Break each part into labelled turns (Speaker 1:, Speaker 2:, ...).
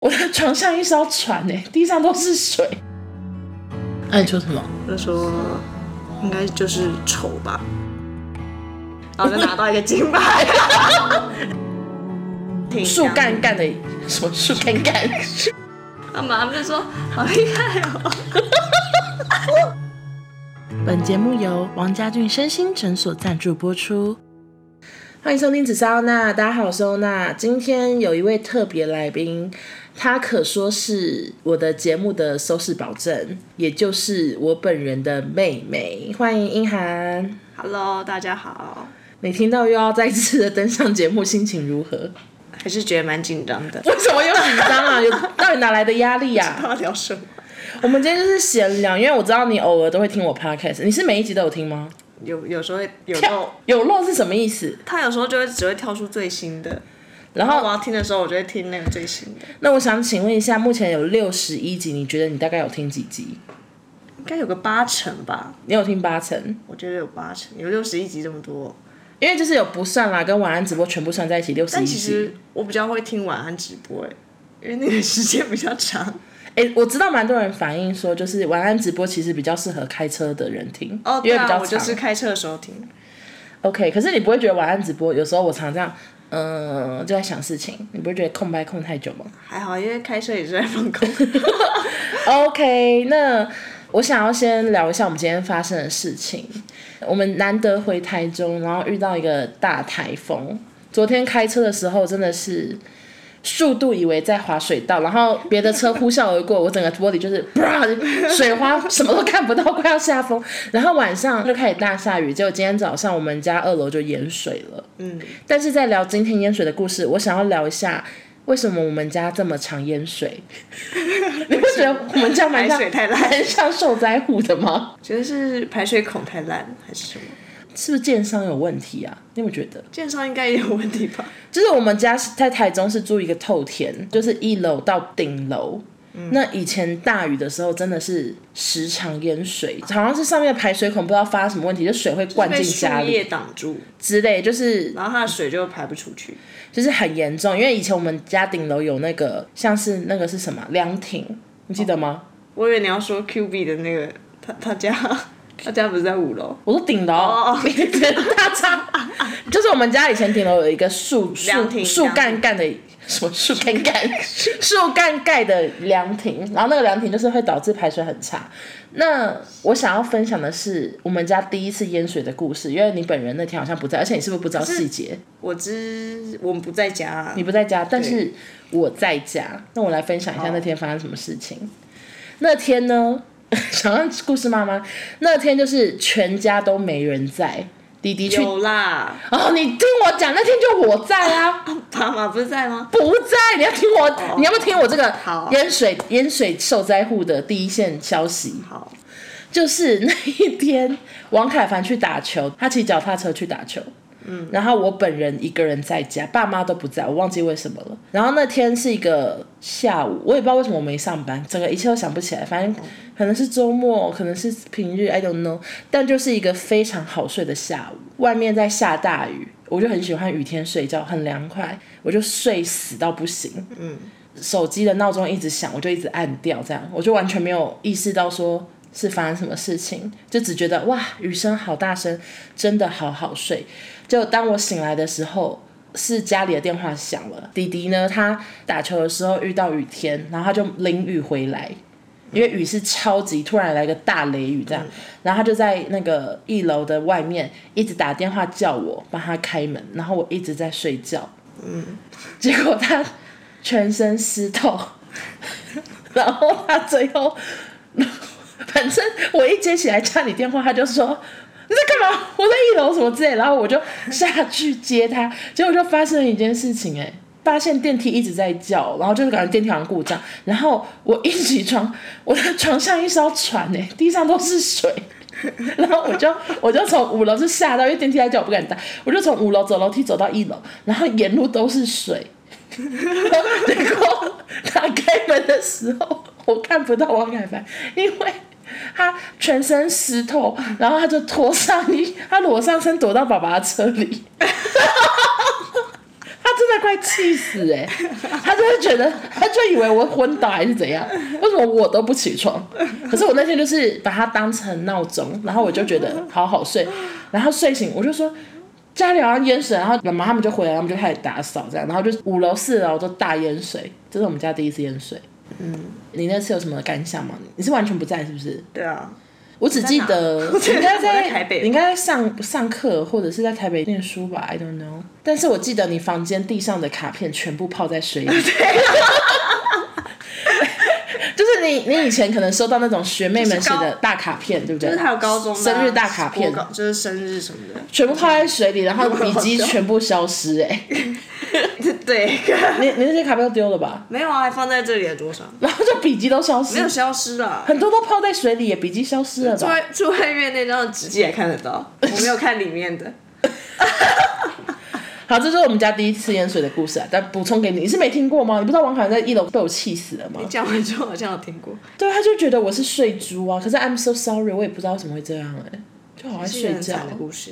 Speaker 1: 我的床像一艘船哎、地上都是水。那、你说什么？
Speaker 2: 他说应该就是丑 吧，然后就拿到一个金 牌。挺
Speaker 1: 树
Speaker 2: 香
Speaker 1: 干干的什么树干干？
Speaker 2: 他们他们就说好厉害哦。
Speaker 3: 本节目由王家俊身心诊所赞助播出。
Speaker 1: 欢迎收听《紫砂欧娜》，大家好，我是欧娜。今天有一位特别来宾，他可说是我的节目的收视保证，也就是我本人的妹妹。欢迎英涵，
Speaker 2: Hello，大家好，
Speaker 1: 你听到又要再次的登上节目，心情如何？
Speaker 2: 还是觉得蛮紧张的。
Speaker 1: 为什么又紧张啊？ 有到底哪来的压力啊？
Speaker 2: 要聊什么？
Speaker 1: 我们今天就是闲聊，因为我知道你偶尔都会听我 podcast，你是每一集都有听吗？
Speaker 2: 有有时候会有漏，
Speaker 1: 有漏是什么意思？
Speaker 2: 他有时候就会只会跳出最新的，
Speaker 1: 然
Speaker 2: 然后我
Speaker 1: 后，
Speaker 2: 要听的时候，我就会听那个最新的，
Speaker 1: 那我想请问一下，目前有六十一集，你觉得你大概有听几集？
Speaker 2: 应该有个八成吧，
Speaker 1: 你有听八成？
Speaker 2: 我觉得有八成，有六十一集这么多。
Speaker 1: 因为就是有不算啦，跟晚安直播全部算在一起六十
Speaker 2: 但
Speaker 1: 一
Speaker 2: 其
Speaker 1: 集
Speaker 2: 实。我比较会听晚安直播、欸，因为那个时间比较长。
Speaker 1: 哎、我知道蛮多人反映说，就是晚安直播其实比较适合开车的人听，
Speaker 2: 哦，
Speaker 1: 因
Speaker 2: 对
Speaker 1: 为比较
Speaker 2: 啊，
Speaker 1: 长。
Speaker 2: 我就是开车的时候听。
Speaker 1: OK，可是你不会觉得晚安直播有时候我常这样，嗯、就在想事情，你不会觉得空白空太久吗？
Speaker 2: 还好，因为开车也是在放空。
Speaker 1: OK，那我想要先聊一下我们今天发生的事情。我们难得回台中，然后遇到一个大台风。昨天开车的时候真的是速度以为在滑水道，然后别的车呼啸而过，我整个玻璃就是啪，水花什么都看不到，快要下风。然后晚上就开始大下雨，结果今天早上我们家二楼就淹水了。
Speaker 2: 嗯，
Speaker 1: 但是在聊今天淹水的故事，我想要聊一下为什么我们家这么常淹水。 你不觉得我们家蛮
Speaker 2: 排
Speaker 1: 像
Speaker 2: 水太烂，
Speaker 1: 蛮像受灾户的吗？
Speaker 2: 觉得是排水孔太烂还是什么？
Speaker 1: 是不是建商有问题啊？你有没有觉得？
Speaker 2: 建商应该也有问题 吧？
Speaker 1: 就是我们家是在台中是住一个透天，就是一楼到顶楼。那以前大雨的时候，真的是时常淹水，好像是上面的排水孔不知道发生什么问题，就水会灌
Speaker 2: 被
Speaker 1: 进
Speaker 2: 树
Speaker 1: 家里
Speaker 2: 叶挡住，
Speaker 1: 之类，就是
Speaker 2: 然后它的水就排不出去。
Speaker 1: 就是很严重，因为以前我们家顶楼有那个像是那个是什么凉亭，你记得吗？
Speaker 2: 我以为你要说 Q B 的那个，他他家 他家不是在五楼，
Speaker 1: 我说顶楼，
Speaker 2: 哦
Speaker 1: 大家 就是我们家以前顶楼有一个树
Speaker 2: 凉
Speaker 1: 树
Speaker 2: 亭
Speaker 1: 树干干的什么树干 干树干盖的凉亭，然后那个凉亭就是会导致排水很差。那我想要分享的是我们家第一次淹水的故事，因为你本人那天好像不在，而且你是不是不知道细节？
Speaker 2: 我知我们不在家、啊
Speaker 1: 你，不在家，但是我在家。那我来分享一下那天发生什么事情。那天呢， 想让故事妈妈，那天就是全家都没人在，弟弟去。
Speaker 2: 有啦，
Speaker 1: 哦，你听我讲，那天就我在啊，
Speaker 2: 爸妈不是在吗？
Speaker 1: 不在，你要听我，你要不要听我这个
Speaker 2: 好
Speaker 1: 淹水淹水受灾户的第一线消息？
Speaker 2: 好，
Speaker 1: 就是那一天，王凯凡去打球，他骑脚踏车去打球。嗯，然后我本人一个人在家，爸妈都不在，我忘记为什么了。然后那天是一个下午，我也不知道为什么我没上班，整个一切都想不起来。反正可能是周末，可能是平日，I don't know。但就是一个非常好睡的下午，外面在下大雨，我就很喜欢雨天睡觉，很凉快，我就睡死到不行。手机的闹钟一直响，我就一直按掉，这样我就完全没有意识到说是发生什么事情，就只觉得哇，雨声好大声，真的好好睡。就当我醒来的时候，是家里的电话响了，弟弟呢，他打球的时候遇到雨天，然后他就淋雨回来。因为雨是超级突然来个大雷雨这样，然后他就在那个一楼的外面一直打电话叫我帮他开门，然后我一直在睡觉，嗯，结果他全身湿透，然后他最后，反正我一接起来家里电话，他就说。你在干嘛？我在一楼什么之类的，然后我就下去接他，结果就发生了一件事情、哎，发现电梯一直在叫，然后就是感觉电梯好像故障，然后我一起床，我的床像一艘船、哎，地上都是水，然后我就我就从五楼就吓到，因为电梯在叫，我不敢搭，我就从五楼走楼梯走到一楼，然后沿路都是水，结果打开门的时候，我看不到王凯凡，因为他全身湿透，然后他就脱 上衣，他裸上身躲到爸爸的车里，他真的快快气死哎、他就会觉得，他就以为我昏倒还是怎样，为什么我都不起床？可是我那天就是把它当成闹钟，然后我就觉得好好睡，然后睡醒我就说。家里好像淹水，然后妈妈他们就回来，他们就开始打扫这样，然后就五楼四楼都大淹水，这是我们家第一次淹水。嗯，你那次有什么感想吗？你是完全不在是不是？
Speaker 2: 对啊，
Speaker 1: 我只记得
Speaker 2: 我在哪
Speaker 1: 你应该
Speaker 2: 我在台北
Speaker 1: 你应该在上上课或者是在台北念书吧，I don't know。但是我记得你房间地上的卡片全部泡在 水里。就是你，你以前可能收到那种学妹们写
Speaker 2: 就是
Speaker 1: 的
Speaker 2: 高
Speaker 1: 大卡片，对不对？
Speaker 2: 就是还有高中的啊
Speaker 1: 生日大卡片
Speaker 2: 国，高就是生日什么的，
Speaker 1: 全部泡在水里，然后笔记
Speaker 2: 好笑
Speaker 1: 全部消失、哎，
Speaker 2: 对，
Speaker 1: 你你那些卡片都丢了吧？
Speaker 2: 没有啊，还放在这里的桌上，
Speaker 1: 然后就笔记都消
Speaker 2: 没
Speaker 1: 失
Speaker 2: 有，消失啊。
Speaker 1: 很多都泡在水里，笔记消失了
Speaker 2: 住
Speaker 1: 吧？
Speaker 2: 外住外面那张纸记也看得到，我没有看里面 的。
Speaker 1: 好，这就是我们家第一次淹水的故事啊。但补充给你，你是没听过吗？你不知道王凯在一楼被我气死了吗？
Speaker 2: 讲完之后好像有听过，
Speaker 1: 对，他就觉得我是睡猪啊。可是 I'm so sorry，我也不知道为什么会这样哎、就好爱
Speaker 2: 是一个
Speaker 1: 睡
Speaker 2: 很
Speaker 1: 觉
Speaker 2: 惨，的故事。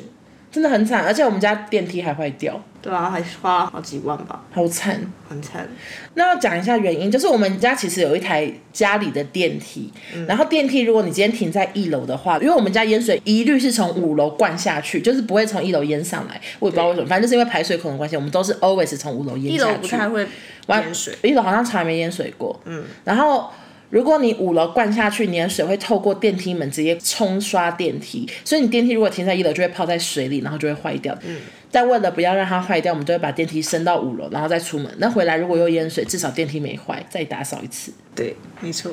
Speaker 1: 真的很惨。而且我们家电梯还坏掉，
Speaker 2: 对啊，还花了好几万吧，
Speaker 1: 好惨。
Speaker 2: 很惨。
Speaker 1: 那要讲一下原因，就是我们家其实有一台家里的电梯，
Speaker 2: 嗯
Speaker 1: 然后电梯如果你今天停在一楼的话，因为我们家淹水一律是从五楼灌下去，就是不会从一楼淹上来，我也不知道为什么，反正就是因为排水孔的关系，我们都是 always 从五楼淹
Speaker 2: 一
Speaker 1: 下去。
Speaker 2: 楼不太会淹水，
Speaker 1: 哎一楼好像从来没淹水过。嗯，然后如果你五楼灌下去，你的水会透过电梯门直接冲刷电梯，所以你电梯如果停在一楼，就会泡在水里，然后就会坏掉。嗯，但为了不要让它坏掉，我们就会把电梯升到五楼，然后再出门。那回来如果又淹水，至少电梯没坏，再打扫一次。
Speaker 2: 对，没错。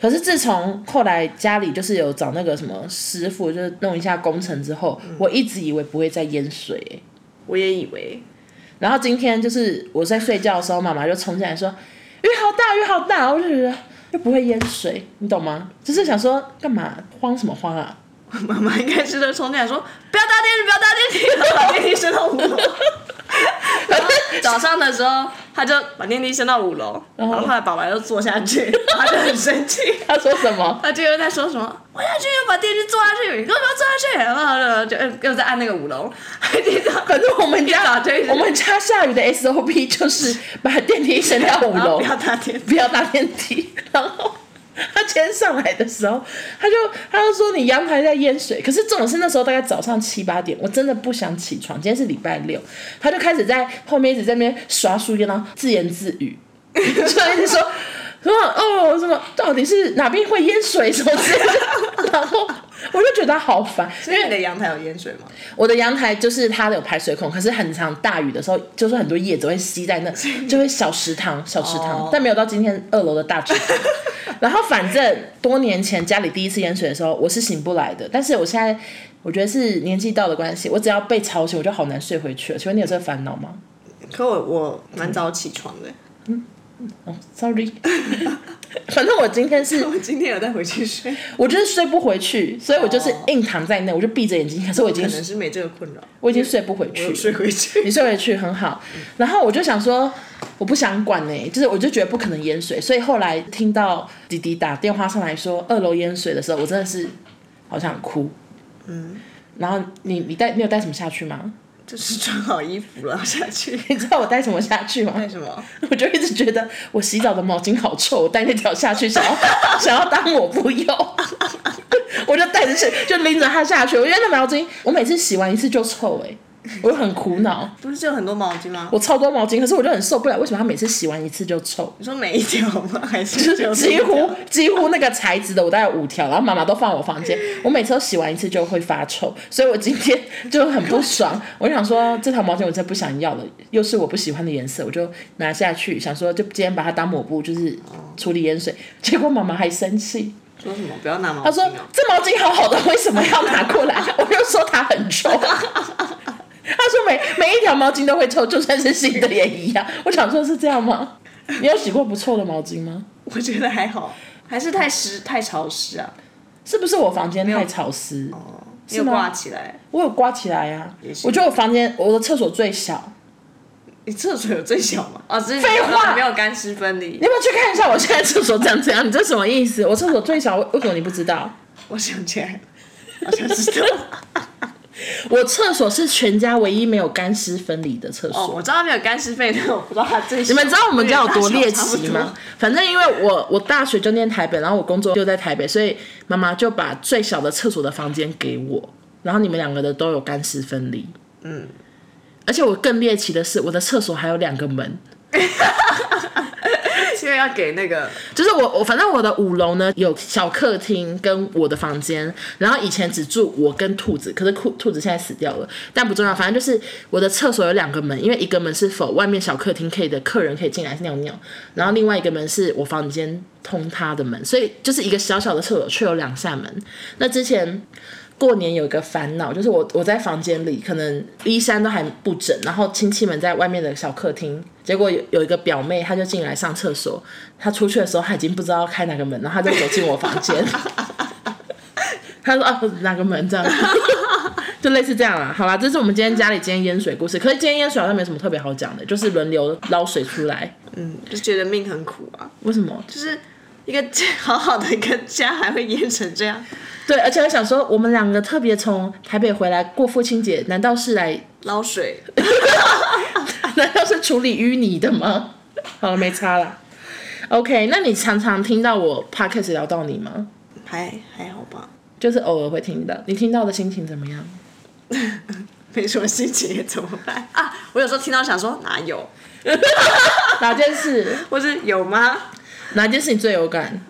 Speaker 1: 可是自从后来家里就是有找那个什么师傅，就是弄一下工程之后，我一直以为不会再淹水、欸
Speaker 2: 我也以 为
Speaker 1: 然后今天就是我在睡觉的时候，妈妈就冲进来说：“雨好大，雨好大！”我就觉得又不会淹水，你懂吗？就是想说干嘛慌什么慌啊？
Speaker 2: 妈妈应该是在冲进来说：“不要搭电梯，不要搭电梯！”然后把电梯升到五 楼。然后早上的时候，他就把电梯升到五楼，然后后来爸爸又坐下去，他就很生气，
Speaker 1: 她说什么？
Speaker 2: 他就又在说什么：“我下去，又把电梯坐下去，你干嘛坐下去？”然后就又又在按那个五楼，一直到
Speaker 1: 反正我们
Speaker 2: 一早
Speaker 1: 家
Speaker 2: 就一直
Speaker 1: 我们家下雨的 SOP 就是把电梯 升到五
Speaker 2: 然后
Speaker 1: 楼
Speaker 2: 不，要搭电梯。
Speaker 1: 不要搭电梯。 然后他今天上来的时候，他就他就说你阳台在淹水，可是这种是那时候大概早上七八点，我真的不想起床。今天是礼拜六，他就开始在后面一直在那边刷书烟，然后自言自语， 就一直说。什么哦？什么？到底是哪边会淹水什么之类的？ 然后我就觉得好烦，因
Speaker 2: 因为
Speaker 1: 为
Speaker 2: 你的阳台有淹水吗？
Speaker 1: 我的阳台就是它有排水孔，可是很常大雨的时候，就是很多叶子会吸在那，就会小池塘，小池塘，
Speaker 2: 哦
Speaker 1: 但没有到今天二楼的大池塘。然后反正多年前家里第一次淹水的时候，我是醒不来的，但是我现在我觉得是年纪到的关系，我只要被吵醒，我就好难睡回去了。请问你有这个烦恼吗
Speaker 2: 可我我蛮早起床的，
Speaker 1: ？Sorry，反正我今天是
Speaker 2: 我今天有再回去睡，
Speaker 1: 我就是睡不回去，所以我就是硬躺在那，我就闭着眼睛，可是我已
Speaker 2: 可
Speaker 1: 经
Speaker 2: 能是没这个困扰，
Speaker 1: 我已经睡不回
Speaker 2: 我
Speaker 1: 去
Speaker 2: 有
Speaker 1: 了。
Speaker 2: 睡回 去。
Speaker 1: 你睡回去很好。然后我就想说，我不想管呢、就是我就觉得不可能淹水，所以后来听到弟弟打电话上来说二楼淹水的时候，我真的是好想哭。嗯，然后你你带你有带什么下去吗？
Speaker 2: 就是穿好衣服了下去。
Speaker 1: 你知道我带什么下去吗？
Speaker 2: 为什么？
Speaker 1: 我就一直觉得我洗澡的毛巾好臭，我带那条下去，想要 想要当抹布用， 我就带着去，就拎着它下去。我觉得那毛巾，我每次洗完一次就臭哎、我就很苦恼。
Speaker 2: 不是有很多毛巾吗？
Speaker 1: 我超多毛巾，可是我就很受不了，为什么它每次洗完一次就臭？
Speaker 2: 你说每一条 吗？还
Speaker 1: 就是
Speaker 2: 只有
Speaker 1: 是
Speaker 2: 这一
Speaker 1: 几
Speaker 2: 条
Speaker 1: 乎几乎那个材质的，我大概有五条，然后妈妈都放我房间，我每次都洗完一次就会发臭，所以我今天 就很不爽，我就想说这条毛巾我真不想要了，又是我不喜欢的颜色，我就拿下去，想说就今天把它当抹布，就是处理盐水，结果妈妈还生气，
Speaker 2: 说什么？不要拿毛
Speaker 1: 她
Speaker 2: 巾
Speaker 1: 说
Speaker 2: 哦。
Speaker 1: 这毛巾好好的，为什么要拿过来？ 我就说它很 臭。她说每每一条毛巾都会臭，就算是新的也一样。我想说，是这样吗？你有洗过不臭的毛巾吗？
Speaker 2: 我觉得还好，还是太湿太潮湿啊。
Speaker 1: 是不是我房间太潮湿？
Speaker 2: 哦，没有
Speaker 1: 吗
Speaker 2: 挂起来。
Speaker 1: 我有刮起来啊
Speaker 2: 也！是
Speaker 1: 我觉得我房间我的厕所最小。
Speaker 2: 你厕所有最小吗？哦，只是
Speaker 1: 废话
Speaker 2: 没有干湿分离
Speaker 1: 你。有没有去看一下我现在厕所长怎样？你这什么意思？我厕所最小，为为什么你不知道？
Speaker 2: 我想起来了，好像是这样。
Speaker 1: 我厕所是全家唯一没有干湿分离的厕所。
Speaker 2: 哦，我知道他没有干湿费，但我不知道他最
Speaker 1: 你们知道我们家有多猎
Speaker 2: 差
Speaker 1: 奇
Speaker 2: 不
Speaker 1: 吗
Speaker 2: 多？
Speaker 1: 反正因为我我大学就念台北，然后我工作又在台北，所以妈妈就把最小的厕所的房间给我，然后你们两个的都有干湿分离。嗯，而且我更猎奇的是，我的厕所还有两个门，
Speaker 2: 因为要给那个
Speaker 1: 就是我我反正我的五楼呢有呃小客厅跟我的房间，然后以前只住我跟兔子，可是兔兔子现在死掉了，但不重要，反正就是我的厕所有两个门，因为一个门是否外面小客厅可以的客人可以进来尿尿，然后另外一个门是我房间通他的门，所以就是一个小小的厕所却有两扇门。那之前过年有一个烦恼，就是我我在房间里可能衣衫都还不整，然后亲戚们在外面的小客厅，结果有有一个表妹，她就进来上厕所，她出去的时候她已经不知道开哪个门，然后她就走进我房 间，她说啊哪个门这样， 就类似这样啦。好啦，这是我们今天家里今天淹水故事，可是今天淹水好像没什么特别好讲的，就是轮流捞水出来，
Speaker 2: 嗯，就觉得命很苦啊，
Speaker 1: 为什么？
Speaker 2: 就是一个 好好的一个家还会淹成这样，
Speaker 1: 对，而且我想说，我们两个特别从台北回来过父亲节，难道是来
Speaker 2: 捞水。
Speaker 1: 难道是处理淤泥的吗？好了，没差啦。OK，那你常常听到我 podcast 聊到你吗？
Speaker 2: 还还好吧，
Speaker 1: 就是偶尔会听到，你听到的心情怎么样？
Speaker 2: 没什么心情也怎么办啊？我有时候听到想说哪有，
Speaker 1: 哪件事？
Speaker 2: 或是有吗？
Speaker 1: 哪件事你最有感？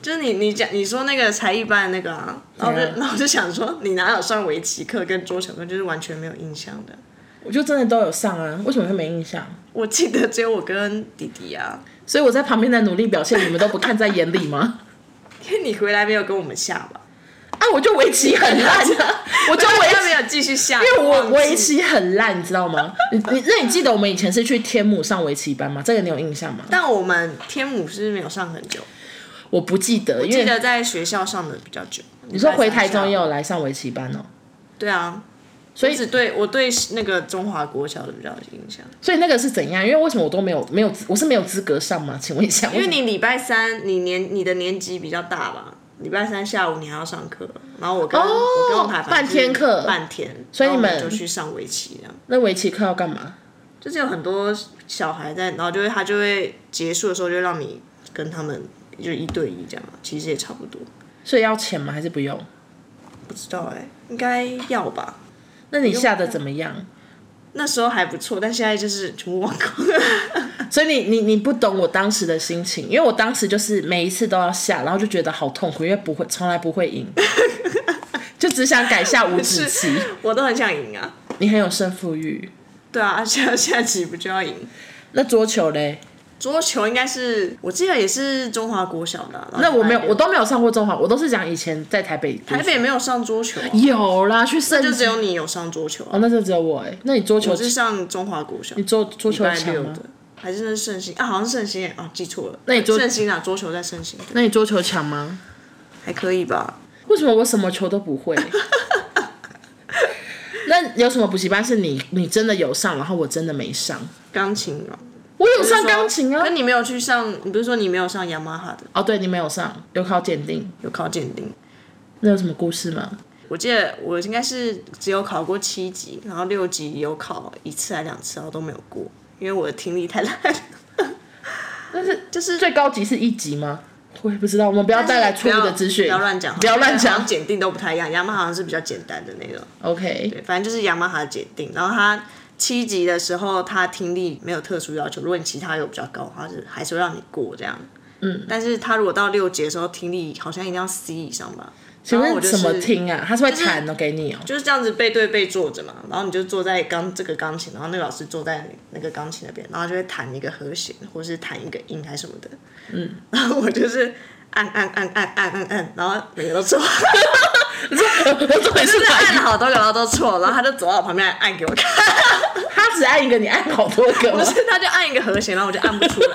Speaker 2: 就是你你讲你说那个才艺班的那个啊，然后我就
Speaker 1: 嗯
Speaker 2: 然后我就想说，你哪有上围棋课跟桌球课，就是完全没有印象的。
Speaker 1: 我就真的都有上啊，为什么会没印象？
Speaker 2: 我记得只有我跟弟弟啊，
Speaker 1: 所以我在旁边的努力表现，你们都不看在眼里 吗？
Speaker 2: 因为你回来没有跟我们下吧？
Speaker 1: 啊，我就围棋很烂啊， 我就围
Speaker 2: 我
Speaker 1: 棋
Speaker 2: 又没有继续下，
Speaker 1: 因为我
Speaker 2: 忘记
Speaker 1: 围棋很烂，你知道吗？你你那你记得我们以前是去天母上围棋班吗？这个你有印象吗？
Speaker 2: 但我们天母是没有上很久，
Speaker 1: 我不记得，因
Speaker 2: 记
Speaker 1: 为
Speaker 2: 得在学校上的比较久。你
Speaker 1: 你说回台中也？有来上围棋班哦、
Speaker 2: 对啊，
Speaker 1: 所
Speaker 2: 我
Speaker 1: 以
Speaker 2: 只对我对那个中华国小的比较有印象，
Speaker 1: 所以那个是怎样？因为为什么我都没有没有我是没有资格上吗？请问一下，
Speaker 2: 因为你礼拜三你年你的年级比较大吧，礼拜三下午你还要上课，然后我跟、我跟我排
Speaker 1: 哦半天课
Speaker 2: 半天，
Speaker 1: 所以你们
Speaker 2: 然后我就去上围棋这样。
Speaker 1: 那围棋课要干嘛？
Speaker 2: 就是有很多小孩在，然后就会他就会结束的时候就让你跟他们就一对一这样，其实也差不多。
Speaker 1: 所以要钱吗？还是不用？
Speaker 2: 不知道哎、应该要 吧。
Speaker 1: 那你下的怎么样？
Speaker 2: 那时候还不错，但现在就是全部忘光。
Speaker 1: 所以你你你不懂我当时的心情，因为我当时就是每一次都要下，然后就觉得好痛苦，因为不会从来不会赢， 就只想改下五子 棋。
Speaker 2: 我都很想赢啊。
Speaker 1: 你很有胜负欲。
Speaker 2: 对啊，而且下棋不就要赢？
Speaker 1: 那桌球嘞？
Speaker 2: 桌球应该是我记得也是中华国小的啊、然后
Speaker 1: 那我没有，
Speaker 2: 台北
Speaker 1: 我都没有上过中华，我都是讲以前在台北读书。
Speaker 2: 台北没有上桌球啊、
Speaker 1: 有啦，去圣
Speaker 2: 就只有你有上桌球、
Speaker 1: 哦，
Speaker 2: 啊。
Speaker 1: 那就只有我哎、那你桌球
Speaker 2: 我是上中华国小，
Speaker 1: 你桌桌
Speaker 2: 礼
Speaker 1: 球
Speaker 2: 拜
Speaker 1: 强
Speaker 2: 六
Speaker 1: 吗
Speaker 2: 的？，还是那是圣心啊？好像圣心啊，记错了。
Speaker 1: 那你桌
Speaker 2: 圣心啊，桌球在圣心，对
Speaker 1: 那你桌球强吗？
Speaker 2: 还可以吧？
Speaker 1: 为什么我什么球都不 会？那有什么补习班是你你真的有上，然后我真的没上？
Speaker 2: 钢琴啊，
Speaker 1: 我有上钢琴啊
Speaker 2: 那！你没有去上？你不是说你没有上雅马哈的？
Speaker 1: 哦，对你没有上，有考检定，
Speaker 2: 有考鉴定。
Speaker 1: 那有什么故事吗？
Speaker 2: 我记得我应该是只有考过七级，然后六级有考一次还两次，然后都没有过，因为我的听力太烂。
Speaker 1: 但是就是最高级是一级吗？我也不知道，我们不要带来错误的资讯，
Speaker 2: 不要乱讲，
Speaker 1: 不要乱
Speaker 2: 好
Speaker 1: 讲
Speaker 2: 像。检定都不太一样，雅马哈好像是比较简单的那个，
Speaker 1: OK，
Speaker 2: 对，反正就是雅马哈的检定。然后他七级的时候，他听力没有特殊要求，如果你其他有比较高，他是还是会让你过这样。嗯，但是他如果到六级的时候，听力好像一定要 C 以上吧？
Speaker 1: 请
Speaker 2: 然后
Speaker 1: 问
Speaker 2: 我就
Speaker 1: 什
Speaker 2: 是
Speaker 1: 么听啊？他是会弹哦，给你哦。
Speaker 2: 就是这样子背对背坐着嘛，然后你就坐在钢这个钢琴，然后那个老师坐在那个钢琴那边，然后就会弹一个和弦，或是弹一个音还是什么的。嗯，然后我就是按按按按按按按，然后每个 都错，
Speaker 1: 我怎么
Speaker 2: 就是是按了好多个，然后都错，然后他就走到我旁边来按给我看，
Speaker 1: 他只按一个，你按好多个
Speaker 2: 不
Speaker 1: 吗？
Speaker 2: 是他就按一个和弦，然后我就按不出来，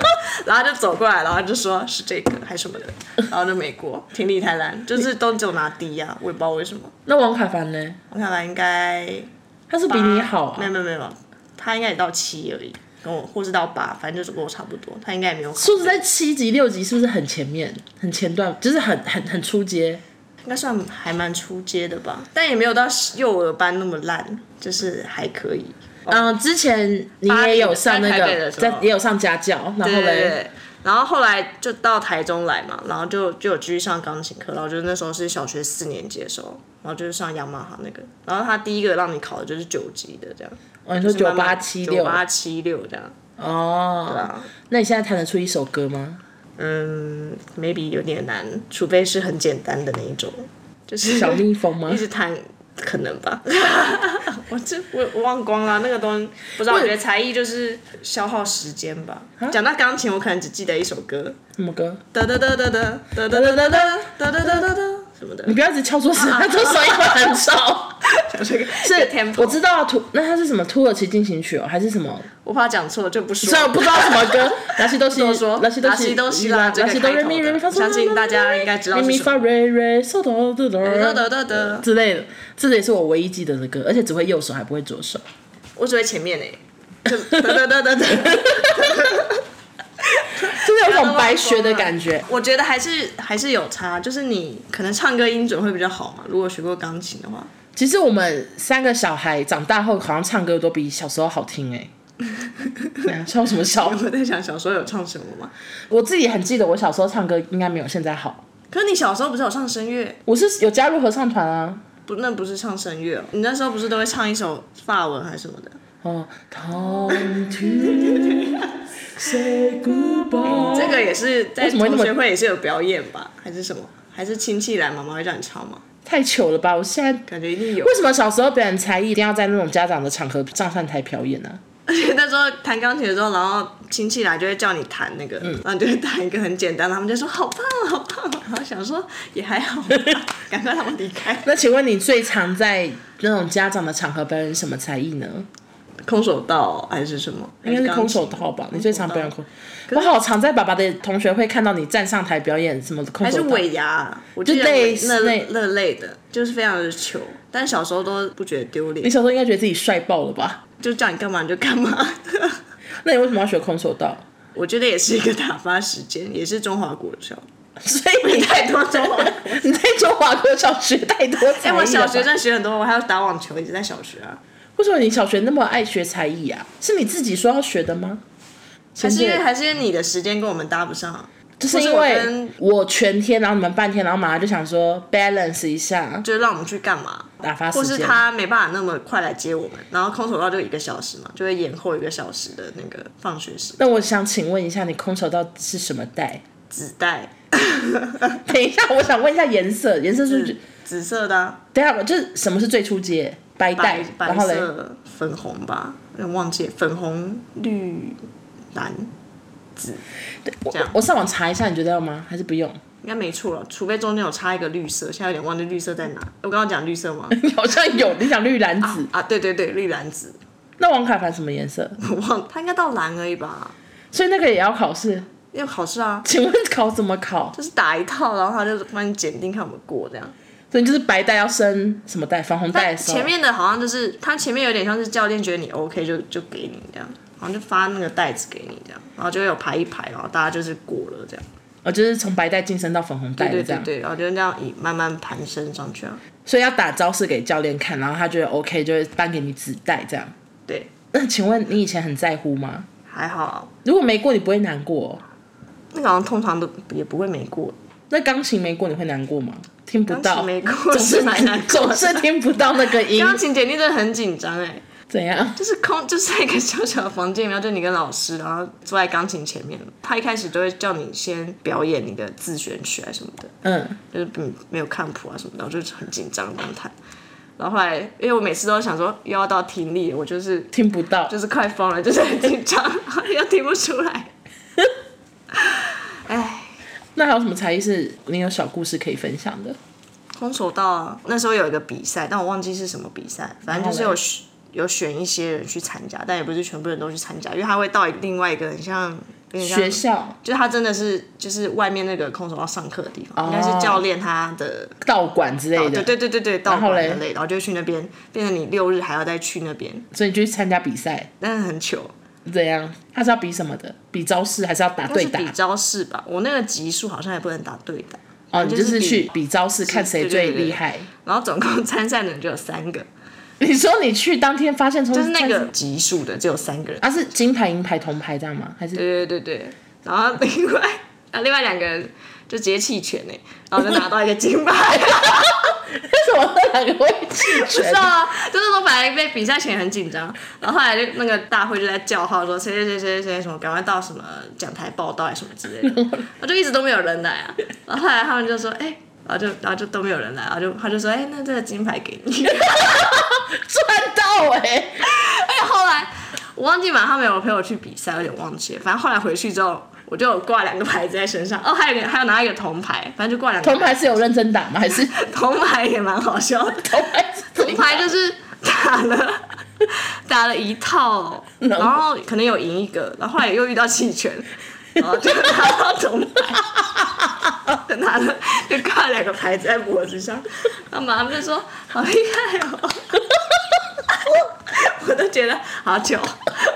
Speaker 2: 然后他就走过来，然后就说是这个还是什么的，然后就没过，听力太烂，就是都只有拿 D 呀、我也不知道为什么，
Speaker 1: 那王凯凡呢？
Speaker 2: 我看来应该
Speaker 1: 他是比你好
Speaker 2: 没
Speaker 1: 啊，
Speaker 2: 有没有没有没有，他应该也到七而已，跟我或是到八，反正就是跟我差不多，他应该也没有考，
Speaker 1: 说实在，七级六级是不是很前面、很前段，就是很很很出街？
Speaker 2: 应应该算还蛮出街的吧，但也没有到幼儿班那么烂，就是还可以。
Speaker 1: 嗯，之前你
Speaker 2: 哦八
Speaker 1: 也
Speaker 2: 点
Speaker 1: 有上那
Speaker 2: 在台北
Speaker 1: 个，
Speaker 2: 的时候
Speaker 1: 在也有上家教，然后
Speaker 2: 对对
Speaker 1: 嘞，
Speaker 2: 对。然后后来就到台中来嘛，然后就就有继续上钢琴课，然后就是那时候是小学四年级的时候，然后就是上雅马哈那个，然后他第一个让你考的就是九级的这样，
Speaker 1: 哦，你说九八七
Speaker 2: 九
Speaker 1: 六，啊
Speaker 2: 八七六这样，
Speaker 1: 哦，
Speaker 2: 啊，
Speaker 1: 那你现在弹得出一首歌吗？
Speaker 2: 嗯，maybe 有点难，除非是很简单的那一种，就是
Speaker 1: 小蜜蜂吗
Speaker 2: 一？直弹，可能吧。 我这我我忘光了那个东西，不知道。我觉得才艺就是消耗时间吧。
Speaker 1: 啊
Speaker 2: 讲到钢琴，我可能只记得一首歌，
Speaker 1: 什么歌？
Speaker 2: 哒哒哒哒哒哒哒哒哒哒哒哒哒哒什么的
Speaker 1: 你。不要一直敲桌子，他这首音很少。
Speaker 2: 是 tempo，
Speaker 1: 我知道土，那它是什么土耳其进行曲哦，还是什么？
Speaker 2: 我怕讲错就不说。
Speaker 1: 虽然我不知道什么 歌，拿西都西，
Speaker 2: 多说，
Speaker 1: 拿西都西，
Speaker 2: 西都西啦，这
Speaker 1: 拿
Speaker 2: 个
Speaker 1: 西
Speaker 2: 开
Speaker 1: 都瑞
Speaker 2: 头
Speaker 1: 咪瑞咪发
Speaker 2: 的，相信大家应该知道
Speaker 1: 咪
Speaker 2: 是
Speaker 1: 咪
Speaker 2: 什
Speaker 1: 发
Speaker 2: 么。
Speaker 1: 瑞瑞嗦哆哆
Speaker 2: 哒
Speaker 1: 哆
Speaker 2: 哒哒哒，
Speaker 1: 之类的，这个也是我唯一记得的歌，而且只会右手，还不会左手。
Speaker 2: 我只会前面哎。哒哒哒哒哒。
Speaker 1: 真的有
Speaker 2: 啊
Speaker 1: 种白学的感觉。
Speaker 2: 我觉得还是还是有差，就是你可能唱歌音准会比较好嘛。如果学过钢琴的话，
Speaker 1: 其实我们三个小孩长大后，好像唱歌都比小时候好听 哎、欸。笑什么笑？
Speaker 2: 我在想小时候有唱什么嘛？
Speaker 1: 我自己很记得，我小时候唱歌应该没有现在好。
Speaker 2: 可是你小时候不是有唱声乐？
Speaker 1: 我是有加入合唱团啊。
Speaker 2: 不，那不是唱声乐哦、你那时候不是都会唱一首法文还是什么的？
Speaker 1: 哦，Time to say goodbye。
Speaker 2: 这个也是在
Speaker 1: 为什么会那
Speaker 2: 同
Speaker 1: 么
Speaker 2: 学会也是有表演吧？还是什么？还是亲戚来妈妈会让你唱吗？
Speaker 1: 太糗了吧！我现在
Speaker 2: 感觉一定有
Speaker 1: 为。什么小时候表演才艺一定要在那种家长的场合上上台表演呢、啊
Speaker 2: 而且那时候弹钢琴的时候，然后亲戚来就会叫你弹那个，
Speaker 1: 嗯
Speaker 2: 然后你就会弹一个很简单的，他们就说好棒哦好棒哦，然后想说也还好吧， 赶快让我 离开。
Speaker 1: 那请问你最常在那种家长的场合表演什么才艺呢？
Speaker 2: 空手道还是什么？
Speaker 1: 应该是
Speaker 2: 还
Speaker 1: 空手
Speaker 2: 钢琴
Speaker 1: 道吧？你最常表演空？
Speaker 2: 可
Speaker 1: 我
Speaker 2: 是
Speaker 1: 好常在爸爸的同学会看到你站上台表演什么空
Speaker 2: 还是
Speaker 1: 手道。
Speaker 2: 尾牙，我就
Speaker 1: 类似
Speaker 2: 那
Speaker 1: 类
Speaker 2: 那类的，就是非常的糗，但小时候都不觉得丢
Speaker 1: 你
Speaker 2: 脸，
Speaker 1: 小时候应该觉得自己帅爆了吧？
Speaker 2: 就叫你干嘛你就干嘛。
Speaker 1: 那你为什么要学空手道？
Speaker 2: 我觉得也是一个打发时间，也是中华国小，
Speaker 1: 所以你
Speaker 2: 太多中华国。
Speaker 1: 你在中华国小学太多才艺
Speaker 2: 哎、
Speaker 1: 了吧、
Speaker 2: 我小学真的学很多，我还要打网球，一直在小学啊。
Speaker 1: 为什么你小学那么爱学才艺啊？是你自己说要学的吗？
Speaker 2: 还是因为
Speaker 1: 前辈
Speaker 2: 还是因为你的时间跟我们搭不上，
Speaker 1: 就是因
Speaker 2: 或
Speaker 1: 为
Speaker 2: 是我跟
Speaker 1: 我全天，然后你们半天，然后马上就想说 balance 一下，
Speaker 2: 就让我们去干嘛？
Speaker 1: 打发
Speaker 2: 或
Speaker 1: 时
Speaker 2: 是
Speaker 1: 间。
Speaker 2: 他没办法那么快来接我们，然后空手道就一个小时嘛，就会延后一个小时的那个放学时
Speaker 1: 那我想请问一下，你空手道是什么带？
Speaker 2: 纸袋，
Speaker 1: 等一下，我想问一下颜色，颜色
Speaker 2: 嗯
Speaker 1: 是不是？
Speaker 2: 紫色的、啊、
Speaker 1: 等一下，我就是什么是最初阶？白带
Speaker 2: 白，
Speaker 1: 然
Speaker 2: 白
Speaker 1: 后嘞，
Speaker 2: 色、粉红吧，有点忘记了粉红、绿、蓝，
Speaker 1: 我
Speaker 2: 这样
Speaker 1: 我上网查一下，你觉得要吗？还是不用？
Speaker 2: 应该没错了，除非中间有插一个绿色，现在有点忘记绿色在哪。我刚刚讲绿色吗？
Speaker 1: 好像有，你讲绿蓝紫。
Speaker 2: 啊，对对对，绿蓝紫，
Speaker 1: 那王凯凡什么颜色？
Speaker 2: 我忘了，它应该到蓝而已吧？
Speaker 1: 所以那个也要考试？
Speaker 2: 要考试啊，
Speaker 1: 请问考怎么考？
Speaker 2: 就是打一套，然后他就帮你检定看有没有过这样。
Speaker 1: 所以你就是白带要升什么带？防红带
Speaker 2: 但
Speaker 1: 的时候
Speaker 2: 前面的好像就是他前面有点像是教练觉得你 OK 就就给你这样，好像就发那个袋子给你这样，然后就会有排一排，然后大家就是过了这样，
Speaker 1: 哦，就是从白带晋升到粉红带的
Speaker 2: 对对
Speaker 1: 这
Speaker 2: 对
Speaker 1: 样，
Speaker 2: 对，然后就这样以慢慢攀升上去啊，
Speaker 1: 所以要打招式给教练看，然后他觉得 OK 就会颁给你纸带这样。
Speaker 2: 对，
Speaker 1: 那请问你以前很在乎吗？
Speaker 2: 还好，啊
Speaker 1: 如果没过，你不会难过哦、
Speaker 2: 那个好像通常都也不会没过，
Speaker 1: 那钢琴没过，你会难过吗？听不
Speaker 2: 钢
Speaker 1: 到，
Speaker 2: 琴没过
Speaker 1: 总是
Speaker 2: 是蛮难过
Speaker 1: 总
Speaker 2: 的
Speaker 1: 是听不到那个音，
Speaker 2: 钢琴检定真的很紧张哎，
Speaker 1: 怎样？
Speaker 2: 就是空就是在一个小小的房间里面，就你跟老师，然后坐在钢琴前面，他一开始就会叫你先表演你的自选曲啊什么的，
Speaker 1: 嗯，
Speaker 2: 就是嗯没有看谱啊什么的，我就是很紧张这样弹。然后后来，因为我每次都想说又要到听力，我就是
Speaker 1: 听不到
Speaker 2: 就。是快疯了，就是很紧张， 又听不出来。哎，
Speaker 1: 那还有什么才艺是你有小故事可以分享的？
Speaker 2: 空手道啊，那时候有一个比赛，但我忘记是什么比赛，反正就是有选有选一些人去参加，但也不是全部人都去参加，因为他会到另外一个很像有点像
Speaker 1: 学校
Speaker 2: 就是他真的是就是外面那个空手道上课的地方，应该
Speaker 1: 哦
Speaker 2: 是教练他的
Speaker 1: 道馆之类的，
Speaker 2: 哦对对对对对，到
Speaker 1: 后
Speaker 2: 馆
Speaker 1: 嘞
Speaker 2: 很累，然后就去那边，变成你六日还要再去那边，
Speaker 1: 所以你就去参加比赛，
Speaker 2: 但是很糗。
Speaker 1: 怎样？他是要比什么的？比招式还是要打
Speaker 2: 但
Speaker 1: 对
Speaker 2: 是
Speaker 1: 打
Speaker 2: 比？招式吧，我那个级数好像也不能打对打，
Speaker 1: 哦，你就是
Speaker 2: 就是
Speaker 1: 去
Speaker 2: 比
Speaker 1: 比招式看谁
Speaker 2: 对对
Speaker 1: 最
Speaker 2: 对对
Speaker 1: 厉害。
Speaker 2: 然后总共 参赛的人就有三个，
Speaker 1: 你说你去当天发现冲
Speaker 2: 就是那个级数的只有三个人。
Speaker 1: 啊是金牌、银牌、铜牌这样吗？还 是
Speaker 2: 对对对对，然后另外啊另外两个人就直接弃权呢，然后就拿到一个金牌。
Speaker 1: 为什么那两个会弃
Speaker 2: 不
Speaker 1: 权
Speaker 2: 是？啊，就是说本来被比赛前很紧张，然后后来就那个大会就在叫号说谁谁谁谁谁什么赶快到什么讲台报道什么之 类的，然后就一直都没有人来啊，然后后来他们就说哎、然后就然后就都没有人来，然后就他就说哎、那这个金牌给你，
Speaker 1: 赚到哎、
Speaker 2: 哎后来我忘记嘛，他们有陪我去比赛，有点忘记了，反正后来回去之后我就有挂两个牌子在身上，哦还有一个还有拿一个铜牌，反正就挂两个
Speaker 1: 铜牌是有认真打吗？还是
Speaker 2: 铜牌也蛮好笑的。
Speaker 1: 铜牌是
Speaker 2: 铜牌就是打了打了一套，然后可能有赢一个，然后后来又遇到弃权， 然后就拿到铜牌，就拿了就挂两个牌子在脖子上，然后马上就说好厉害哦。 我都觉得好久，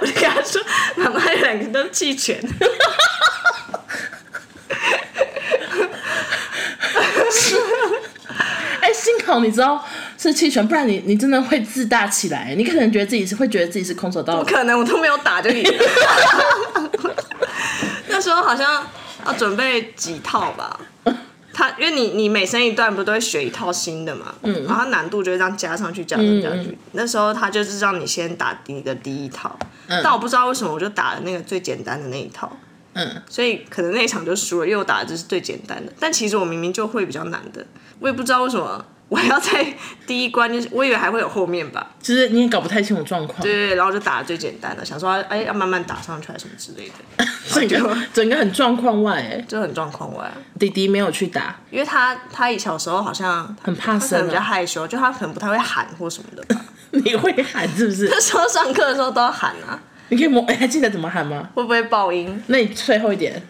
Speaker 2: 我就跟他说：“妈妈，两个都弃权。
Speaker 1: 哎、幸好你知道是弃权，不然你你真的会自大起来，你可能觉得自己是会觉得自己是空手”
Speaker 2: 不
Speaker 1: 道。
Speaker 2: 可能，我都没有打就赢了。 那时候好像要准备几套吧。他因为你你每升一段不都会学一套新的嘛，嗯，然后难度就会这样加上去，加上去，加上去。那时候他就是让你先打你的第一套，但我不知道为什么我就打了那个最简单的那一套，
Speaker 1: 嗯，
Speaker 2: 所以可能那一场就输了，因为我打的就是最简单的。但其实我明明就会比较难的，我也不知道为什么我要在第一关，就是我以为还会有后面吧，
Speaker 1: 就是你也搞不太清楚状况，
Speaker 2: 对对对，然后就打得最简单的，想说哎要慢慢打上去还是什么之类的，
Speaker 1: 整个整个很状况外哎、
Speaker 2: 就很状况外。
Speaker 1: 弟弟没有去打，
Speaker 2: 因为他他小时候好像
Speaker 1: 很怕
Speaker 2: 他可能
Speaker 1: 生
Speaker 2: 比较
Speaker 1: 啊。
Speaker 2: 害羞，就他可能不太会喊或什么的 吧。
Speaker 1: 你会喊是不是？
Speaker 2: 那时候上课的时候都要喊啊，
Speaker 1: 你可以模，哎还记得怎么喊吗？
Speaker 2: 会不会爆音？
Speaker 1: 那你最后一点，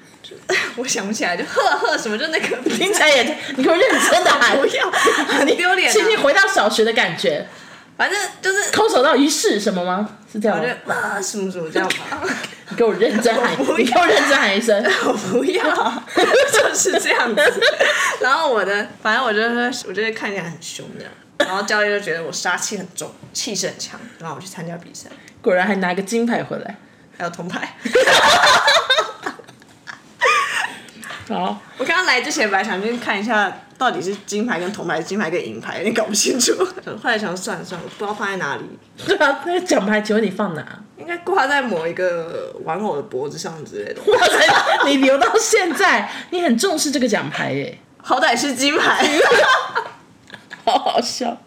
Speaker 2: 我想不起来，就呵呵什么就那 个
Speaker 1: 听起来也，你给我认真的喊，
Speaker 2: 不要，很丢脸、
Speaker 1: 轻轻
Speaker 2: 啊。
Speaker 1: 回到小学的感觉，
Speaker 2: 反正就是
Speaker 1: 空手道一式什么吗？是这样
Speaker 2: 我
Speaker 1: 吗
Speaker 2: 就？啊什么什么这样吧，
Speaker 1: 你给我认真喊，
Speaker 2: 我不要
Speaker 1: 你给 我认真喊一声。
Speaker 2: 我不要， 就是这样子。然后我的，反正我就是我就是看起来很凶这样。然后教练就觉得我杀气很重，气势很强，然后我去参加比赛，
Speaker 1: 果然还拿个金牌回来。
Speaker 2: 还有铜牌。
Speaker 1: 好，
Speaker 2: 我刚刚来之前本来想去看一下到底是金牌跟铜牌，金牌跟银牌，有点搞不清楚。 后来想算了算了，我不知道放在哪里，
Speaker 1: 对啊，那个奖牌，请问你放哪？
Speaker 2: 应该挂在某一个玩偶的脖子上之类的。
Speaker 1: 哇塞， 你留到现在，你很重视这个奖牌耶，
Speaker 2: 好歹是金牌，
Speaker 1: 好好笑。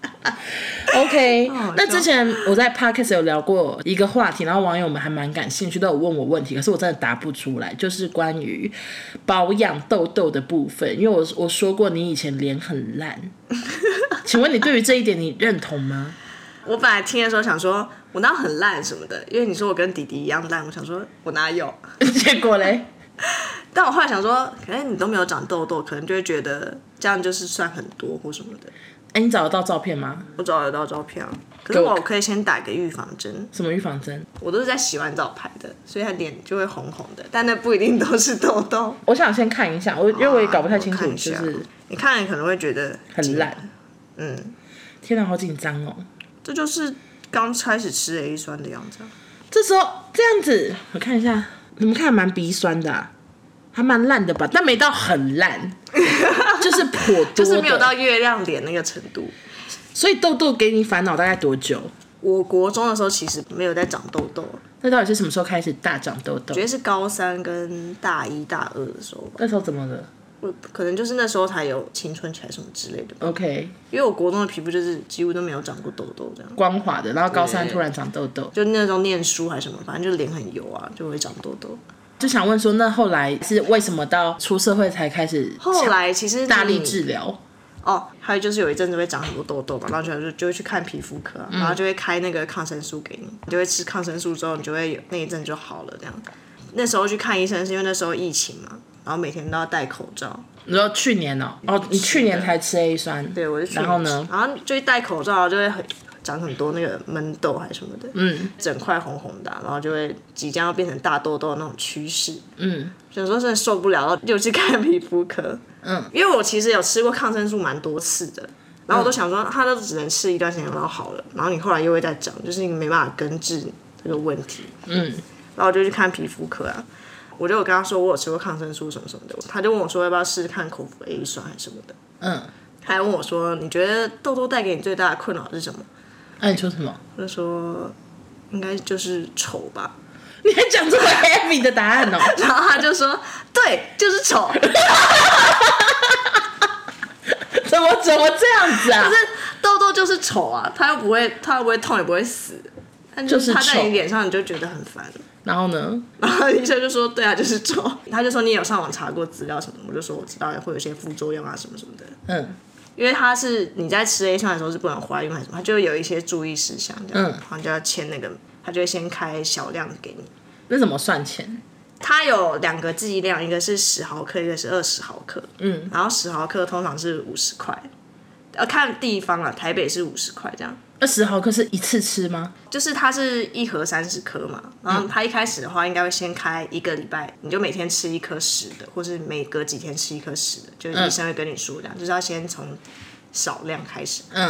Speaker 1: OK，
Speaker 2: 好好笑
Speaker 1: 那之前我在 Podcast 有聊过一个话题，然后网友们还蛮感兴趣，都有问我问题，可是我真的答不出来，就是关于保养痘痘的部分，因为我我说过你以前脸很烂， 请问你对于这一点你认同吗？
Speaker 2: 我本来听的时候想说，我哪有很烂什么的，因为你说我跟弟弟一样烂，我想说我哪有？
Speaker 1: 结果嘞，
Speaker 2: 但我后来想说，可能你都没有长痘痘，可能就会觉得这样就是算很多或什么的。
Speaker 1: 哎，你找得到照片吗？
Speaker 2: 我找得到照片啊，可
Speaker 1: 给
Speaker 2: 是
Speaker 1: 我
Speaker 2: 我可以先打个预防针，
Speaker 1: 什么预防针？
Speaker 2: 我都是在洗完澡拍的，所以它脸就会红红的，但那不一定都是痘痘。
Speaker 1: 我想先看一下，我 因为我也搞不太清
Speaker 2: 哦我
Speaker 1: 楚，
Speaker 2: 看一
Speaker 1: 就
Speaker 2: 下
Speaker 1: 是
Speaker 2: 你看了可能会觉得
Speaker 1: 很烂。
Speaker 2: 嗯，
Speaker 1: 天哪，好紧张哦！
Speaker 2: 这就是刚开始吃 A 酸的样子啊。
Speaker 1: 这时候这样子，我看一下，你们看蛮鼻酸的、啊，还蛮烂的吧？但没到很 烂，就是颇多的，
Speaker 2: 就是没有到月亮脸那个程度。
Speaker 1: 所以痘痘给你烦恼大概多久？
Speaker 2: 我国中的时候其实没有在长痘痘，
Speaker 1: 那到底是什么时候开始大长痘痘
Speaker 2: 觉？得是高三跟大一大二的时候吧，
Speaker 1: 那时候怎么了
Speaker 2: 我可能就是那时候才有青春期还是什么之类的吧。
Speaker 1: ？OK，
Speaker 2: 因为我国中的皮肤就是几乎都没有长过痘痘这样。
Speaker 1: 光滑的，然后高三突然长痘痘，
Speaker 2: 就那时候念书还是什么，反正就脸很油啊，就会长痘痘。
Speaker 1: 就想问说，那后来是为什么到出社会才开始
Speaker 2: 后来其实
Speaker 1: 大力
Speaker 2: 你
Speaker 1: 治疗？
Speaker 2: 哦，还有就是有一阵子会长很多痘痘嘛，然后就就会去看皮肤科啊、然后就会开那个抗生素给你，你就会吃抗生素之后，你就会有那一阵就好了这样。那时候去看医生是因为那时候疫情嘛，然后每天都要戴口罩。
Speaker 1: 你说去年哦，哦，你去年才吃 A 酸，
Speaker 2: 对，我就去
Speaker 1: 然后呢？
Speaker 2: 然后就戴口罩就会很长很多那个闷痘还是什么的，嗯，整块红红的啊、然后就会即将要变成大痘痘的那种趋势，
Speaker 1: 嗯，
Speaker 2: 想说真的受不了，然后又去看皮肤科，嗯，因为我其实有吃过抗生素蛮多次的。然后我都想说，它都只能吃一段时间，然后好了，然后你后来又会再长，就是你没办法根治这个问题。
Speaker 1: 嗯，
Speaker 2: 然后我就去看皮肤科啊，我就有跟他说我有吃过抗生素什么什么的，他就问我说要不要试试看口服 A 酸还是什么的，
Speaker 1: 嗯，
Speaker 2: 他还问我说你觉得痘痘带给你最大的困扰是什么？
Speaker 1: 那、你说什么？
Speaker 2: 我就说应该就是丑吧，
Speaker 1: 你还讲这么 heavy 的答案哦？
Speaker 2: 然后他就说对，就是丑，
Speaker 1: 怎么怎么这样子啊
Speaker 2: 可？是痘痘就是丑啊，它又不会，它又不会痛，也不会死，但
Speaker 1: 就是是
Speaker 2: 它在
Speaker 1: 丑
Speaker 2: 你脸上你就觉得很烦。
Speaker 1: 然后呢？
Speaker 2: 然后医生就说：“对啊，就是丑。”他就说：“你有上网查过资料什么？”我就说：“我知道会有一些副作用啊，什么什么的。
Speaker 1: 嗯”
Speaker 2: 因为他是你在吃 A 酸的时候是不能怀孕还是什么，他就会有一些注意事项这
Speaker 1: 嗯
Speaker 2: 样，然后就要签那个，他就会先开小量给你。
Speaker 1: 那怎么算钱？
Speaker 2: 它有两个剂量，一个是十毫克，一个是二十毫克。
Speaker 1: 嗯，
Speaker 2: 然后十毫克通常是五十块，要看地方啊，台北是五十块这样。
Speaker 1: 二十毫克是一次吃吗？
Speaker 2: 就是它是一盒三十颗
Speaker 1: 嗯
Speaker 2: 嘛，然后它一开始的话应该会先开一个礼拜，你就每天吃一颗十的，或是每隔几天吃一颗十的，
Speaker 1: 嗯
Speaker 2: 就是医生会跟你说这样，就是要先从少量开始，
Speaker 1: 嗯，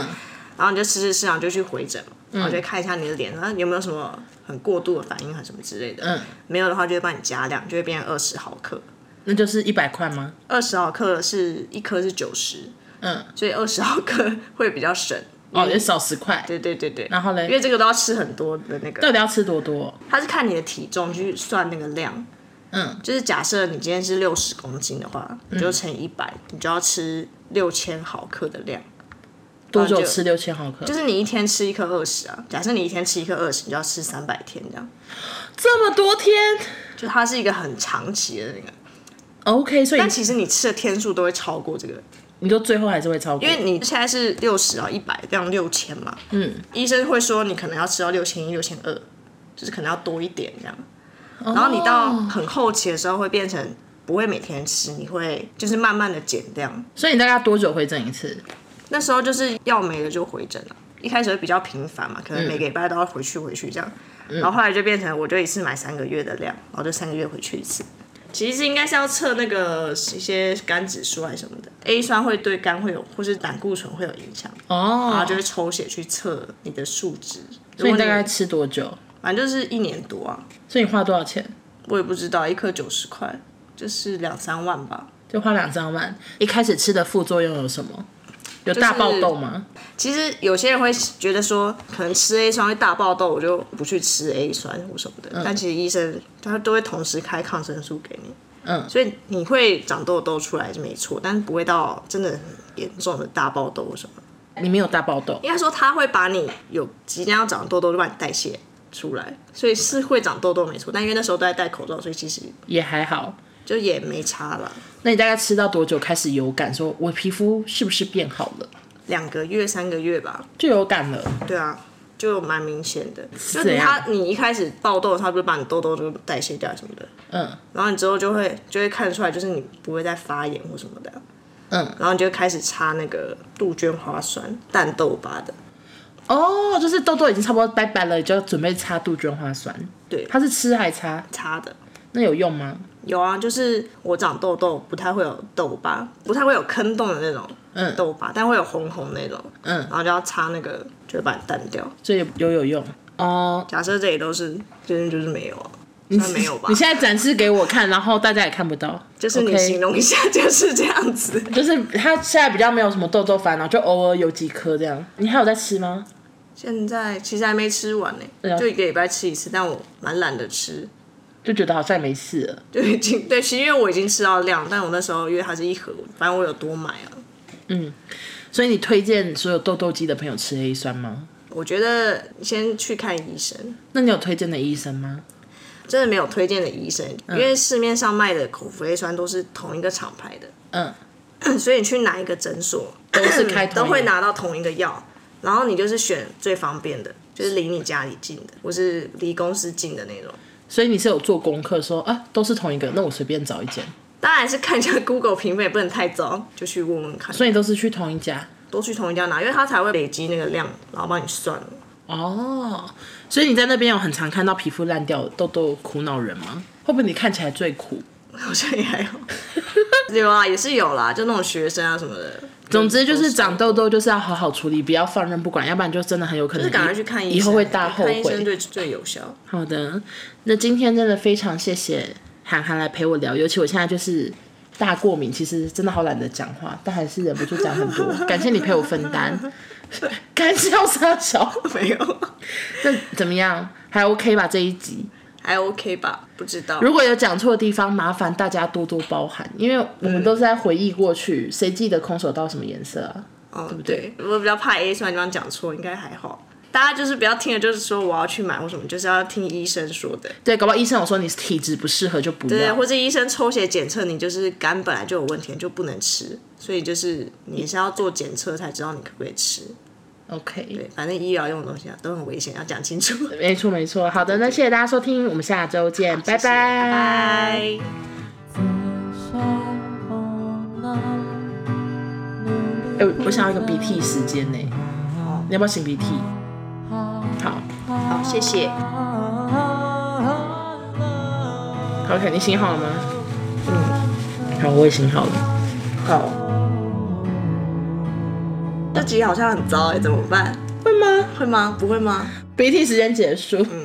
Speaker 2: 然后你就吃吃吃，然后就去回诊嘛，然后就看一下你的脸，然后有没有什么很过度的反应啊什么之类的，
Speaker 1: 嗯，
Speaker 2: 没有的话就会帮你加量，就会变成二十毫克，
Speaker 1: 那就是一百块吗？
Speaker 2: 二十毫克是一颗是九十，
Speaker 1: 嗯，
Speaker 2: 所以二十毫克会比较省，
Speaker 1: 哦，也少十块。
Speaker 2: 嗯对对对对，
Speaker 1: 然后嘞
Speaker 2: 因为这嗯个都要吃很多的那个，
Speaker 1: 到底要吃多多？
Speaker 2: 它是看你的体重去算那个量。
Speaker 1: 嗯，
Speaker 2: 就是假设你今天是六十公斤的话，你就乘以一百、你就要吃六千毫克的量。
Speaker 1: 多久
Speaker 2: 就
Speaker 1: 吃六千毫克？
Speaker 2: 就是你一天吃一颗二十啊，假设你一天吃一颗二十，你就要吃三百天这样。
Speaker 1: 这么多天
Speaker 2: 就它是一个很长期的那个，
Speaker 1: ？OK，所以
Speaker 2: 但其实你吃的天数都会超过这个，
Speaker 1: 你就最后还是会超过
Speaker 2: 因。为你现在是六十啊，一百这样六千嘛。
Speaker 1: 嗯，
Speaker 2: 医生会说你可能要吃到六千一、六千二，就是可能要多一点这样。然后你到很后期的时候会变成不会每天吃，你会就是慢慢的减量。
Speaker 1: 所以你大概多久回诊一次？
Speaker 2: 那时候就是药没了就回诊了，一开始会比较频繁嘛，可能每个礼拜都要回去回去这样。然后后来就变成我就一次买三个月的量，然后就三个月回去一次。其实应该是要测那个一些肝指数还是什么的，A 酸会对肝会有，或是胆固醇会有影响，然
Speaker 1: 哦
Speaker 2: 后，就会抽血去测你的数值。
Speaker 1: 所以你大概
Speaker 2: 如果
Speaker 1: 吃多久？
Speaker 2: 你反正就是一年多啊，
Speaker 1: 所以你花多少钱？
Speaker 2: 我也不知道，一颗九十块，就是两三万吧。
Speaker 1: 就花两三万。一开始吃的副作用有什么？有大爆痘吗？
Speaker 2: 其实有些人会觉得说，可能吃 A 酸会大爆痘，我就不去吃 A 酸或什么
Speaker 1: 嗯
Speaker 2: 的。但其实医生他都会同时开抗生素给你，
Speaker 1: 嗯，
Speaker 2: 所以你会长痘痘出来是没错，但是不会到真的很严重的大爆痘或什么。
Speaker 1: 你没有大爆痘，
Speaker 2: 应该说他会把你有即将要长的痘痘就把你代谢出来，所以是会长痘痘没错。但因为那时候都在戴口罩，所以其实
Speaker 1: 也还好。
Speaker 2: 就也没差了。
Speaker 1: 那你大概吃到多久开始有感？说我皮肤是不是变好了？
Speaker 2: 两个月、三个月吧，
Speaker 1: 就有感了。
Speaker 2: 对啊，就蛮明显的。
Speaker 1: 怎
Speaker 2: 就是
Speaker 1: 样
Speaker 2: 他，你一开始爆痘，他不是把你痘痘就代谢掉什么的，
Speaker 1: 嗯
Speaker 2: 然后你之后就会就会看出来，就是你不会再发炎或什么的，
Speaker 1: 嗯，
Speaker 2: 然后你就会开始擦那个杜鹃花酸淡痘疤的，
Speaker 1: 哦，就是痘痘已经差不多拜拜了，就要准备擦杜鹃花酸。
Speaker 2: 对
Speaker 1: 它是吃还擦？
Speaker 2: 擦的。
Speaker 1: 那有用吗？
Speaker 2: 有啊，就是我长痘痘不太会有痘疤，不太会有坑洞的那种
Speaker 1: 嗯
Speaker 2: 痘疤，但会有红红那种，
Speaker 1: 嗯
Speaker 2: 然，后就要擦那个就会把你淡掉。
Speaker 1: 所以有有用哦。
Speaker 2: 假设这里都是，就是就是没有啊，那没有吧
Speaker 1: 你？现在展示给我看，然后大家也看不到，
Speaker 2: 就是你
Speaker 1: OK
Speaker 2: 形容一下，就是这样子。
Speaker 1: 就是它现在比较没有什么痘痘烦恼，就偶尔有几颗这样。你还有在吃吗？
Speaker 2: 现在其实还没吃完呢、
Speaker 1: 啊
Speaker 2: 就一个礼拜吃一次，但我蛮懒得吃，
Speaker 1: 就觉得好像没事了。
Speaker 2: 就已经对，其实因为我已经吃到量，但我那时候因为它是一盒，反正我有多买啊。
Speaker 1: 所以你推荐所有痘痘肌的朋友吃 A 酸吗？
Speaker 2: 我觉得先去看医生，
Speaker 1: 那你有推荐的医生吗？
Speaker 2: 真的没有推荐的医生，因
Speaker 1: 嗯
Speaker 2: 为市面上卖的口服 A 酸都是同一个厂牌的，
Speaker 1: 嗯，
Speaker 2: 所以你去哪一个诊所
Speaker 1: 都是开
Speaker 2: 都
Speaker 1: 头
Speaker 2: 会拿到同一个药，然后你就是选最方便的，就是离你家里近的，或是离公司近的那种。
Speaker 1: 所以你是有做功课说啊，都是同一个，那我随便找一间。
Speaker 2: 当然是看一下 Google 评分，也不能太糟，就去问问看。
Speaker 1: 所以你都是去同一家，
Speaker 2: 多去同一家拿，因为它才会累积那个量，然后帮你算了。
Speaker 1: 哦，所以你在那边有很常看到皮肤烂掉、痘痘苦恼人吗？会不会你看起来最苦？
Speaker 2: 好像也 还好，有啊，也是有啦，就那种学生啊什么的。
Speaker 1: 总之就是长痘痘就是要好好处理，不要放任不管，要不然就真的很有可能
Speaker 2: 就是赶快去看医生，
Speaker 1: 以后会大后
Speaker 2: 看医生
Speaker 1: 悔。
Speaker 2: 最最有效。
Speaker 1: 好的，那今天真的非常谢谢涵涵来陪我聊，尤其我现在就是大过敏，其实真的好懒得讲话，但还是忍不住讲很多。 感谢你陪我分 担，干笑傻笑，
Speaker 2: 没有，
Speaker 1: 那怎么样？还 OK 吧这一集？
Speaker 2: 还 OK 吧？不知道。
Speaker 1: 如果有讲错的地方，麻烦大家多多包涵，因为我们都是在回忆过去，谁记得空手道什么颜色啊？
Speaker 2: 哦，
Speaker 1: 对不对
Speaker 2: 对？我比较怕 A 酸地方讲错，应该还好。大家就是不要听了，就是说我要去买或什么，就是要听医生说的。
Speaker 1: 对，搞不好医生有说你体质不适合就不
Speaker 2: 对，啊
Speaker 1: 要
Speaker 2: 或。者医生抽血检测你就是肝本来就有问题，就不能吃，所以就是你是要做检测才知道你可不可以吃。
Speaker 1: OK，
Speaker 2: 对，反正医疗用的东西啊都很危险，要讲清楚。
Speaker 1: 没错没错。好的，那谢谢大家收听，我们下周见， 拜
Speaker 2: 谢谢拜拜。
Speaker 1: 哎、我我想要一个鼻涕时间呢、你要不要擤鼻涕？好
Speaker 2: 好，哦谢谢。
Speaker 1: ，OK，你擤好了吗？嗯，好，我也擤好了。
Speaker 2: 好。这集好像很糟哎、怎么办？
Speaker 1: 会吗？
Speaker 2: 会吗？不会吗？
Speaker 1: 鼻涕时间结束。
Speaker 2: 嗯。